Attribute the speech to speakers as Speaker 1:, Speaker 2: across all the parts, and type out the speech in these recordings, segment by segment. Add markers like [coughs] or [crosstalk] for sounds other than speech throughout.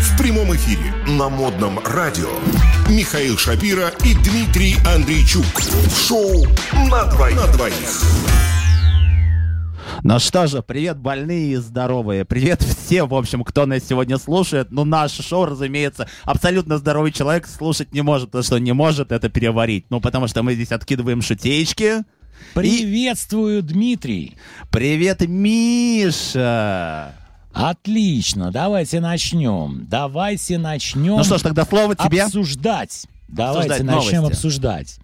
Speaker 1: В прямом эфире на модном радио Михаил Шапира и Дмитрий Андрейчук. В шоу на двоих. На двоих.
Speaker 2: Ну что же, привет, больные и здоровые. Привет всем, в общем, кто нас сегодня слушает. Ну, наше шоу, разумеется, абсолютно здоровый человек слушать не может, потому что не может это переварить. Ну, потому что мы здесь откидываем шутеечки.
Speaker 3: Приветствую, Дмитрий.
Speaker 2: Привет, Миша!
Speaker 3: Отлично, давайте начнем. Давайте начнем
Speaker 2: Ну что ж, тогда слово тебе.
Speaker 3: обсуждать. Давайте
Speaker 2: Обсуждать
Speaker 3: начнем
Speaker 2: новости.
Speaker 3: обсуждать.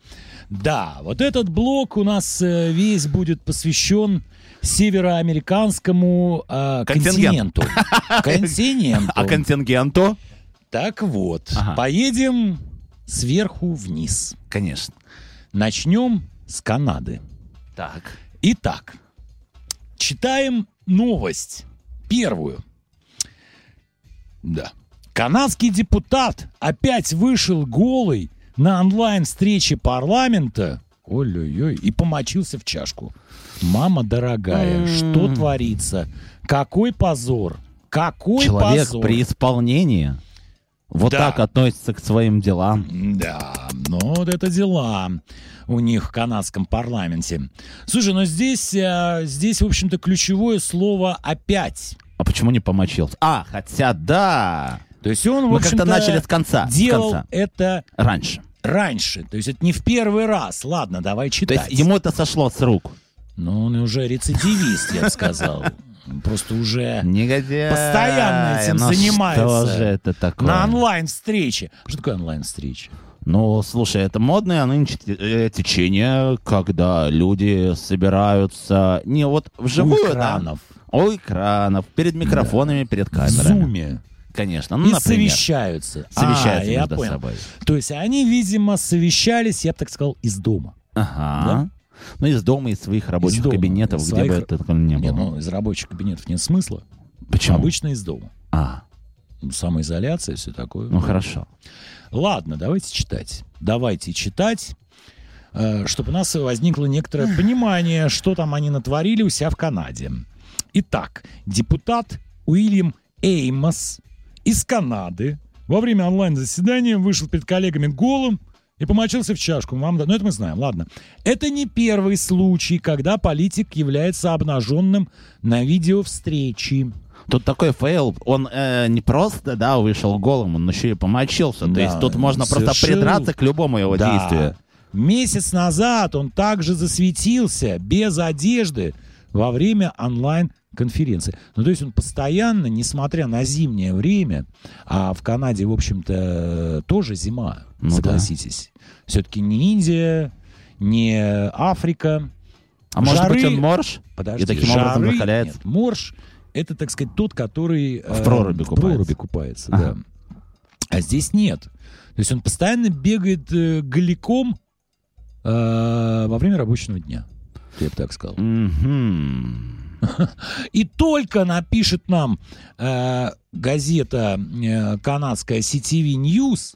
Speaker 3: Да, вот этот блок у нас э, весь будет посвящен североамериканскому э,
Speaker 2: Контингент. [laughs]
Speaker 3: континенту. Континенту.
Speaker 2: А контингенту?
Speaker 3: Так вот,
Speaker 2: Ага.
Speaker 3: поедем сверху вниз.
Speaker 2: Конечно.
Speaker 3: Начнем с Канады.
Speaker 2: Так.
Speaker 3: Итак, читаем новость. Первую. Да. Канадский депутат опять вышел голый на онлайн-встрече парламента. Ой-ой-ой. И помочился в чашку. Мама дорогая, что творится? Какой позор! Какой
Speaker 2: Человек
Speaker 3: позор!
Speaker 2: при исполнении вот
Speaker 3: Да.
Speaker 2: так относится к своим делам.
Speaker 3: Да, ну вот это дела у них в канадском парламенте. Слушай, но здесь, э, здесь, в общем-то, ключевое слово «опять».
Speaker 2: А почему не помочился? А, хотя да.
Speaker 3: То есть он, в
Speaker 2: Мы как-то
Speaker 3: общем-то,
Speaker 2: начали с конца. с
Speaker 3: делал
Speaker 2: конца.
Speaker 3: это
Speaker 2: Раньше.
Speaker 3: раньше. То есть это не в первый раз. Ладно, давай
Speaker 2: То
Speaker 3: читать.
Speaker 2: есть ему это сошло с рук.
Speaker 3: Ну, он уже рецидивист, я бы сказал. Он Просто уже
Speaker 2: Негодяй.
Speaker 3: Постоянно этим
Speaker 2: ну
Speaker 3: занимается.
Speaker 2: Что же это такое?
Speaker 3: на онлайн-встрече. А Что такое онлайн-встреча?
Speaker 2: Ну, слушай, это модное нынче те- э, течение, когда люди собираются не вот вживую,
Speaker 3: У
Speaker 2: да,
Speaker 3: экранов.
Speaker 2: у экранов, перед микрофонами, перед
Speaker 3: В
Speaker 2: камерами.
Speaker 3: зуме.
Speaker 2: Конечно, ну,
Speaker 3: И
Speaker 2: например.
Speaker 3: совещаются. А,
Speaker 2: Совещаются
Speaker 3: я
Speaker 2: между
Speaker 3: понял.
Speaker 2: собой.
Speaker 3: То есть они, видимо, совещались, я бы так сказал, из дома.
Speaker 2: Ага. Ну, из дома, из своих рабочих
Speaker 3: дома,
Speaker 2: кабинетов,
Speaker 3: из
Speaker 2: где
Speaker 3: своих-
Speaker 2: бы это только не было.
Speaker 3: Не, ну, из рабочих кабинетов нет смысла.
Speaker 2: Почему?
Speaker 3: Обычно из дома.
Speaker 2: А,
Speaker 3: Ну, Самоизоляция, все такое.
Speaker 2: ну хорошо.
Speaker 3: Ладно, давайте читать. Давайте читать, э, чтобы у нас возникло некоторое понимание, что там они натворили у себя в Канаде. Итак, депутат Уильям Эймос из Канады во время онлайн-заседания вышел перед коллегами голым и помочился в чашку. Мам, да, ну это мы знаем, ладно. Это не первый случай, когда политик является обнаженным на видео встречи.
Speaker 2: Тут такой фейл, он э, не просто, да, вышел голым, он еще и помочился. То
Speaker 3: Да,
Speaker 2: есть тут можно просто
Speaker 3: совершил.
Speaker 2: придраться к любому его
Speaker 3: Да.
Speaker 2: действию.
Speaker 3: Месяц назад он также засветился без одежды во время онлайн-конференции. Ну, то есть он постоянно, несмотря на зимнее время, а в Канаде, в общем-то, тоже зима,
Speaker 2: Ну да.
Speaker 3: согласитесь. Все-таки не Индия, не Африка.
Speaker 2: А может быть
Speaker 3: Жары-
Speaker 2: он морж?
Speaker 3: Подожди,
Speaker 2: И таким
Speaker 3: жары-
Speaker 2: образом закаляется.
Speaker 3: нет, морж — это, так сказать, тот, который э,
Speaker 2: проруби
Speaker 3: в
Speaker 2: купается.
Speaker 3: проруби купается,
Speaker 2: Ага.
Speaker 3: да. А здесь нет. То есть он постоянно бегает э, голиком э, во время рабочего дня. Я бы так сказал.
Speaker 2: Мгм.
Speaker 3: И только напишет нам э, газета э, канадская CTV News,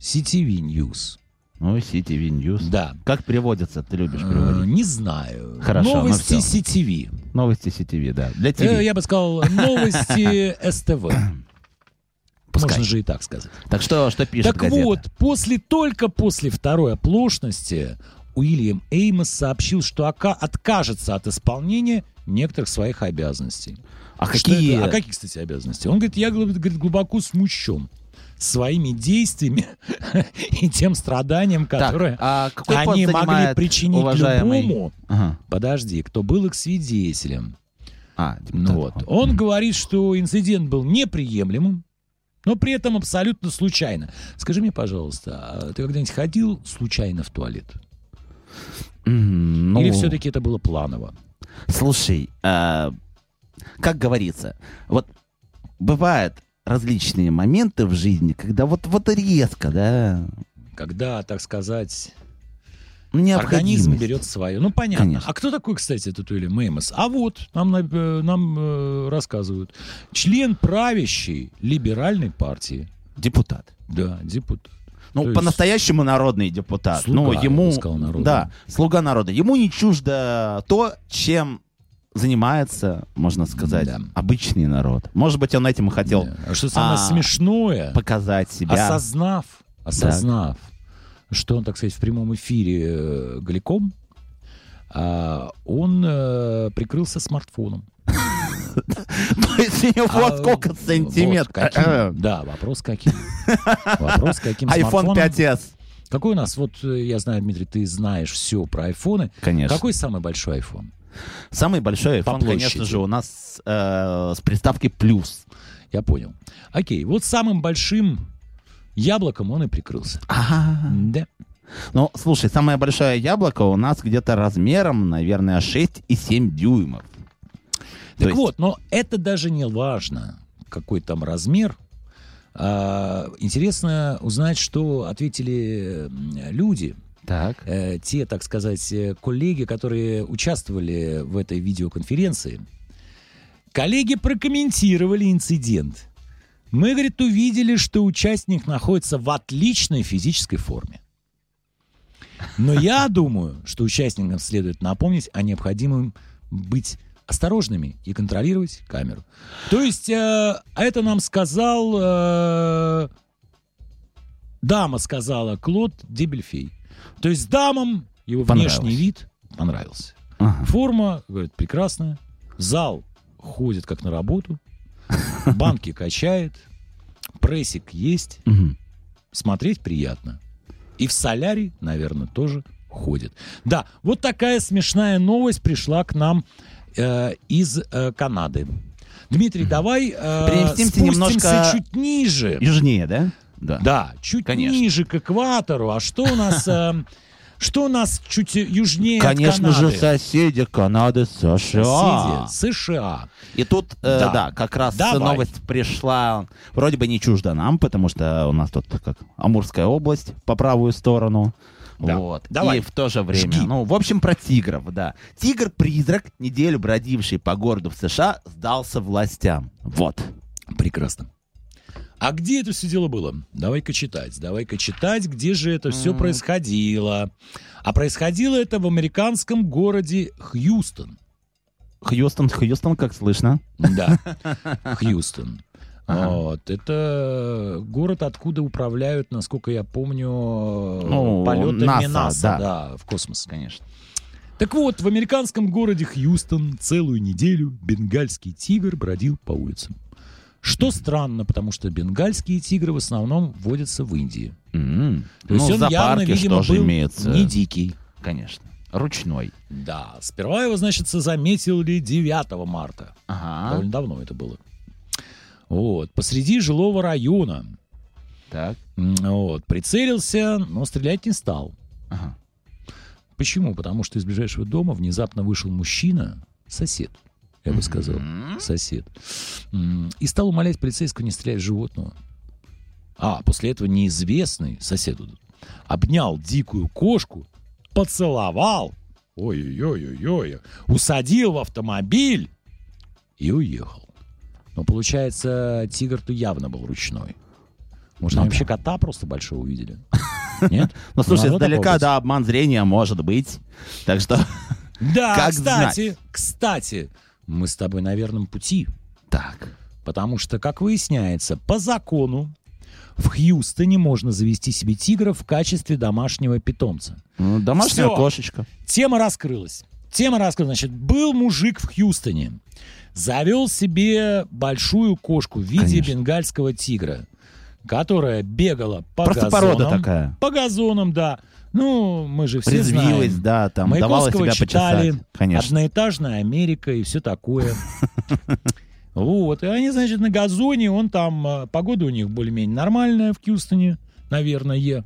Speaker 3: CTV News,
Speaker 2: Ну, CTV News.
Speaker 3: да,
Speaker 2: Как переводится? Ты любишь
Speaker 3: э,
Speaker 2: переводить?
Speaker 3: не знаю,
Speaker 2: Хорошо, ну
Speaker 3: новости
Speaker 2: всё.
Speaker 3: CTV.
Speaker 2: Новости CTV, да. Для
Speaker 3: Э,
Speaker 2: TV.
Speaker 3: Я бы сказал,
Speaker 2: [coughs]
Speaker 3: новости СТВ.
Speaker 2: Пускай.
Speaker 3: Можно же и так сказать.
Speaker 2: Так что, что пишет
Speaker 3: так
Speaker 2: газета?
Speaker 3: вот, после, только после второй оплошности Уильям Эймос сообщил, что ока- откажется от исполнения некоторых своих обязанностей.
Speaker 2: А
Speaker 3: Что
Speaker 2: какие...
Speaker 3: это? А какие, кстати, обязанности? Он говорит, я гл- говорит, глубоко смущен своими действиями [laughs] и тем страданием,
Speaker 2: Так,
Speaker 3: которое
Speaker 2: а какой пост
Speaker 3: они могли
Speaker 2: занимает
Speaker 3: причинить
Speaker 2: уважаемый-
Speaker 3: любому.
Speaker 2: Ага.
Speaker 3: Подожди, кто был их свидетелем.
Speaker 2: А,
Speaker 3: Ну
Speaker 2: депутат.
Speaker 3: вот. Он говорит, что инцидент был неприемлемым, но при этом абсолютно случайно. Скажи мне, пожалуйста, а ты когда-нибудь ходил случайно в туалет?
Speaker 2: М, ну,
Speaker 3: Или все-таки это было планово?
Speaker 2: Слушай, а, как говорится, вот бывают различные моменты в жизни, когда вот вот резко, да,
Speaker 3: Когда, так сказать, организм
Speaker 2: необходимость.
Speaker 3: берет свое. Ну, понятно.
Speaker 2: Конечно.
Speaker 3: А кто такой, кстати, этот Уильям Эймос? А вот, нам, на- э, нам э, рассказывают. Член правящей либеральной партии.
Speaker 2: депутат.
Speaker 3: Да, депутат.
Speaker 2: Ну,
Speaker 3: То есть-
Speaker 2: по-настоящему народный депутат.
Speaker 3: Слуга,
Speaker 2: ну,
Speaker 3: я
Speaker 2: ему,
Speaker 3: бы сказал, народа.
Speaker 2: Да, слуга народа. Ему не чуждо то, чем занимается, можно сказать,
Speaker 3: Да.
Speaker 2: обычный народ. Может быть, он этим и хотел
Speaker 3: Да. А Что самое
Speaker 2: А,
Speaker 3: смешное,
Speaker 2: показать себя. [laughs]
Speaker 3: осознав, осознав, что он, так сказать, в прямом эфире э, голиком, а, он э, прикрылся
Speaker 2: [laughs]
Speaker 3: смартфоном.
Speaker 2: То есть у него
Speaker 3: А,
Speaker 2: сколько
Speaker 3: вот
Speaker 2: сантиметров?
Speaker 3: каким?
Speaker 2: [laughs]
Speaker 3: [clears throat]
Speaker 2: Э,
Speaker 3: Да, вопрос каким. Вопрос
Speaker 2: [clears throat] [laughs]
Speaker 3: каким
Speaker 2: iPhone
Speaker 3: смартфоном?
Speaker 2: 5s.
Speaker 3: Какой у нас, вот э, я знаю, Дмитрий, ты знаешь все про айфоны.
Speaker 2: Конечно.
Speaker 3: Какой самый большой iPhone?
Speaker 2: Самый большой
Speaker 3: По
Speaker 2: iPhone, конечно
Speaker 3: площади.
Speaker 2: же, у нас э, с приставкой плюс.
Speaker 3: Я понял. Окей, вот самым большим яблоком он и прикрылся.
Speaker 2: Ага.
Speaker 3: Да.
Speaker 2: Ну, слушай, самое большое яблоко у нас где-то размером, наверное, 6,7 дюймов. То
Speaker 3: Так
Speaker 2: есть-
Speaker 3: вот, но это даже не важно, какой там размер. А, интересно узнать, что ответили м, люди,
Speaker 2: Так.
Speaker 3: э, те, так сказать, э, коллеги, которые участвовали в этой видеоконференции. Коллеги прокомментировали инцидент. Мы, говорит, увидели, что участник находится в отличной физической форме. Но я думаю, что участникам следует напомнить о необходимом быть осторожными и контролировать камеру. То есть, э, а это нам сказал... э, дама сказала Клод Дебельфей. То есть дамам его
Speaker 2: Понравилось.
Speaker 3: внешний вид понравился.
Speaker 2: Ага.
Speaker 3: Форма, говорит, прекрасная. Зал ходит как на работу. Банки качает. Прессик есть.
Speaker 2: Мгм.
Speaker 3: Смотреть приятно. И в солярий, наверное, тоже ходит. Да, вот такая смешная новость пришла к нам э, из э, Канады. Дмитрий, давай э,
Speaker 2: Переместимся
Speaker 3: спустимся
Speaker 2: немножко-
Speaker 3: чуть ниже.
Speaker 2: Южнее, да? Да.
Speaker 3: Э, Да, чуть
Speaker 2: Конечно.
Speaker 3: ниже к экватору. А что у нас, эм, что у нас чуть южнее от
Speaker 2: Конечно же,
Speaker 3: Канады?
Speaker 2: соседи Канады, США.
Speaker 3: Соседи, США.
Speaker 2: И тут, э,
Speaker 3: Да.
Speaker 2: да. как раз
Speaker 3: Давай.
Speaker 2: новость пришла, вроде бы не чужда нам, потому что у нас тут как Амурская область по правую сторону.
Speaker 3: Да.
Speaker 2: Вот.
Speaker 3: Давай.
Speaker 2: И в то же время.
Speaker 3: Жги.
Speaker 2: Ну, в общем, про тигров, да. Тигр-призрак, неделю бродивший по городу в США, сдался властям. Вот.
Speaker 3: Прекрасно. А где это все дело было? Давай-ка читать, давай-ка читать, где же это все
Speaker 2: М.
Speaker 3: происходило. А происходило это в американском городе Хьюстон.
Speaker 2: Хьюстон, Хьюстон, как слышно. [laughs]
Speaker 3: Да, Хьюстон.
Speaker 2: Ага.
Speaker 3: Вот. Это город, откуда управляют, насколько я помню,
Speaker 2: Ну,
Speaker 3: полетами
Speaker 2: НАСА,
Speaker 3: НАСА,
Speaker 2: да.
Speaker 3: да, в космос.
Speaker 2: Конечно.
Speaker 3: Так вот, в американском городе Хьюстон целую неделю бенгальский тигр бродил по улицам. Что странно, потому что бенгальские тигры в основном водятся в Индии. То есть
Speaker 2: ну,
Speaker 3: он
Speaker 2: за
Speaker 3: явно,
Speaker 2: парки что
Speaker 3: видимо,
Speaker 2: же
Speaker 3: был
Speaker 2: имеется?
Speaker 3: не дикий.
Speaker 2: Конечно. Ручной.
Speaker 3: Да, сперва его, значит, заметили 9 марта.
Speaker 2: Ага.
Speaker 3: Довольно давно это было. Вот, посреди жилого района.
Speaker 2: Так.
Speaker 3: М, Вот, прицелился, но стрелять не стал.
Speaker 2: Ага.
Speaker 3: Почему? Потому что из ближайшего дома внезапно вышел мужчина, сосед, я бы сказал.
Speaker 2: М.
Speaker 3: сосед, М, и стал умолять полицейского не стрелять в животного. А после этого неизвестный сосед вот обнял дикую кошку, поцеловал, ой-ой-ой-ой, усадил в автомобиль и уехал. Но получается, тигр-то явно был ручной. Может, они
Speaker 2: Ну да.
Speaker 3: вообще кота просто большого увидели? Нет?
Speaker 2: Ну, слушай,
Speaker 3: Надо
Speaker 2: издалека,
Speaker 3: попробовать.
Speaker 2: да, обман зрения может быть. Так что,
Speaker 3: [laughs] Да,
Speaker 2: Как
Speaker 3: кстати, кстати, мы с тобой на верном пути.
Speaker 2: так.
Speaker 3: Потому что, как выясняется, по закону в Хьюстоне можно завести себе тигра в качестве домашнего питомца.
Speaker 2: Ну, Домашняя
Speaker 3: Всё.
Speaker 2: кошечка.
Speaker 3: Тема раскрылась. Тема раскрылась. Значит, был мужик в Хьюстоне, завел себе большую кошку в виде
Speaker 2: Конечно.
Speaker 3: бенгальского тигра, которая бегала по
Speaker 2: Просто
Speaker 3: газонам.
Speaker 2: порода такая.
Speaker 3: По газонам, да. Ну, мы же все
Speaker 2: Призвилась,
Speaker 3: знаем.
Speaker 2: да, там, давала
Speaker 3: Маяковского
Speaker 2: себя
Speaker 3: читали,
Speaker 2: почесать. Конечно.
Speaker 3: Одноэтажная Америка и
Speaker 2: [laughs]
Speaker 3: все такое. Вот. И они, значит, на газоне, он там... э, Погода у них более-менее нормальная в Кьюстоне, наверное.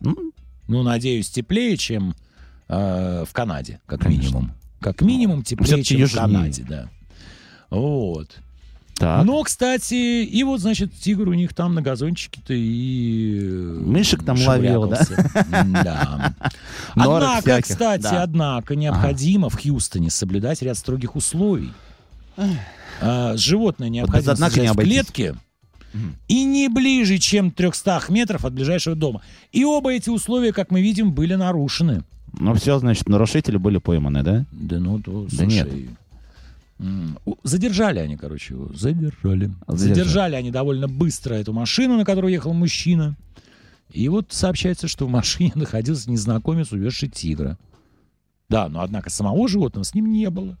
Speaker 2: Ну,
Speaker 3: Ну, надеюсь, теплее, чем э, в Канаде, как
Speaker 2: Конечно.
Speaker 3: минимум. Как минимум теплее,
Speaker 2: всё-таки
Speaker 3: чем
Speaker 2: южнее.
Speaker 3: в Канаде, да. Вот.
Speaker 2: так.
Speaker 3: Но, кстати, и вот, значит, тигр у них там на газончике-то и... э,
Speaker 2: Мышек там ловил, да?
Speaker 3: швырякался. Да.
Speaker 2: [laughs] Норок
Speaker 3: Однако,
Speaker 2: всяких,
Speaker 3: кстати,
Speaker 2: да.
Speaker 3: однако, необходимо в Хьюстоне соблюдать ряд строгих условий. А, Животное необходимо
Speaker 2: однако не
Speaker 3: содержать в
Speaker 2: обойтись.
Speaker 3: клетке
Speaker 2: Мгм.
Speaker 3: и не ближе, чем 300 метров от ближайшего дома. И оба эти условия, как мы видим, были нарушены.
Speaker 2: Ну, все, значит, нарушители были пойманы, да?
Speaker 3: Да ну, то,
Speaker 2: Да
Speaker 3: слушай,
Speaker 2: нет.
Speaker 3: М, у- Задержали они, короче, его. Задержали.
Speaker 2: Задержали.
Speaker 3: Задержали. они довольно быстро эту машину, на которую ехал мужчина. И вот сообщается, что в машине [laughs] находился незнакомец, увезший тигра. Да, но однако самого животного с ним не было.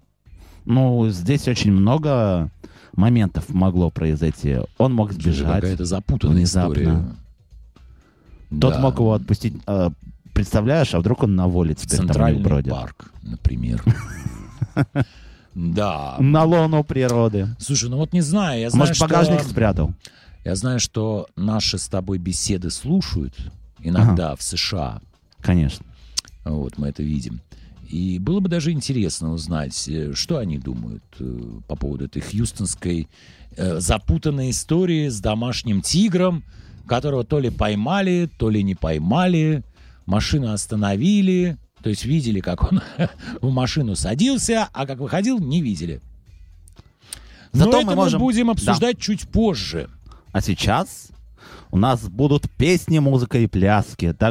Speaker 2: Ну, здесь очень много моментов могло произойти. Он мог сбежать.
Speaker 3: Какая-то запутанная
Speaker 2: Внезапно.
Speaker 3: история.
Speaker 2: Тот
Speaker 3: Да.
Speaker 2: мог его отпустить. э, Представляешь, а вдруг он на воле
Speaker 3: в
Speaker 2: теперь там не
Speaker 3: Центральный
Speaker 2: бродит?
Speaker 3: парк,
Speaker 2: [laughs]
Speaker 3: например. Да.
Speaker 2: На лону природы.
Speaker 3: Слушай, ну вот не знаю, я знаю,
Speaker 2: А Может,
Speaker 3: что...
Speaker 2: багажник спрятал?
Speaker 3: Я знаю, что наши с тобой беседы слушают иногда в США.
Speaker 2: Конечно.
Speaker 3: Вот мы это видим. И было бы даже интересно узнать, э, что они думают э, по поводу этой хьюстонской э, запутанной истории с домашним тигром, которого то ли поймали, то ли не поймали, машину остановили, то есть видели, как он [laughs] в машину садился, а как выходил, не видели. Но
Speaker 2: Зато
Speaker 3: это
Speaker 2: мы можем-
Speaker 3: будем
Speaker 2: Да.
Speaker 3: обсуждать чуть позже.
Speaker 2: А сейчас у нас будут песни, музыка и пляски. Так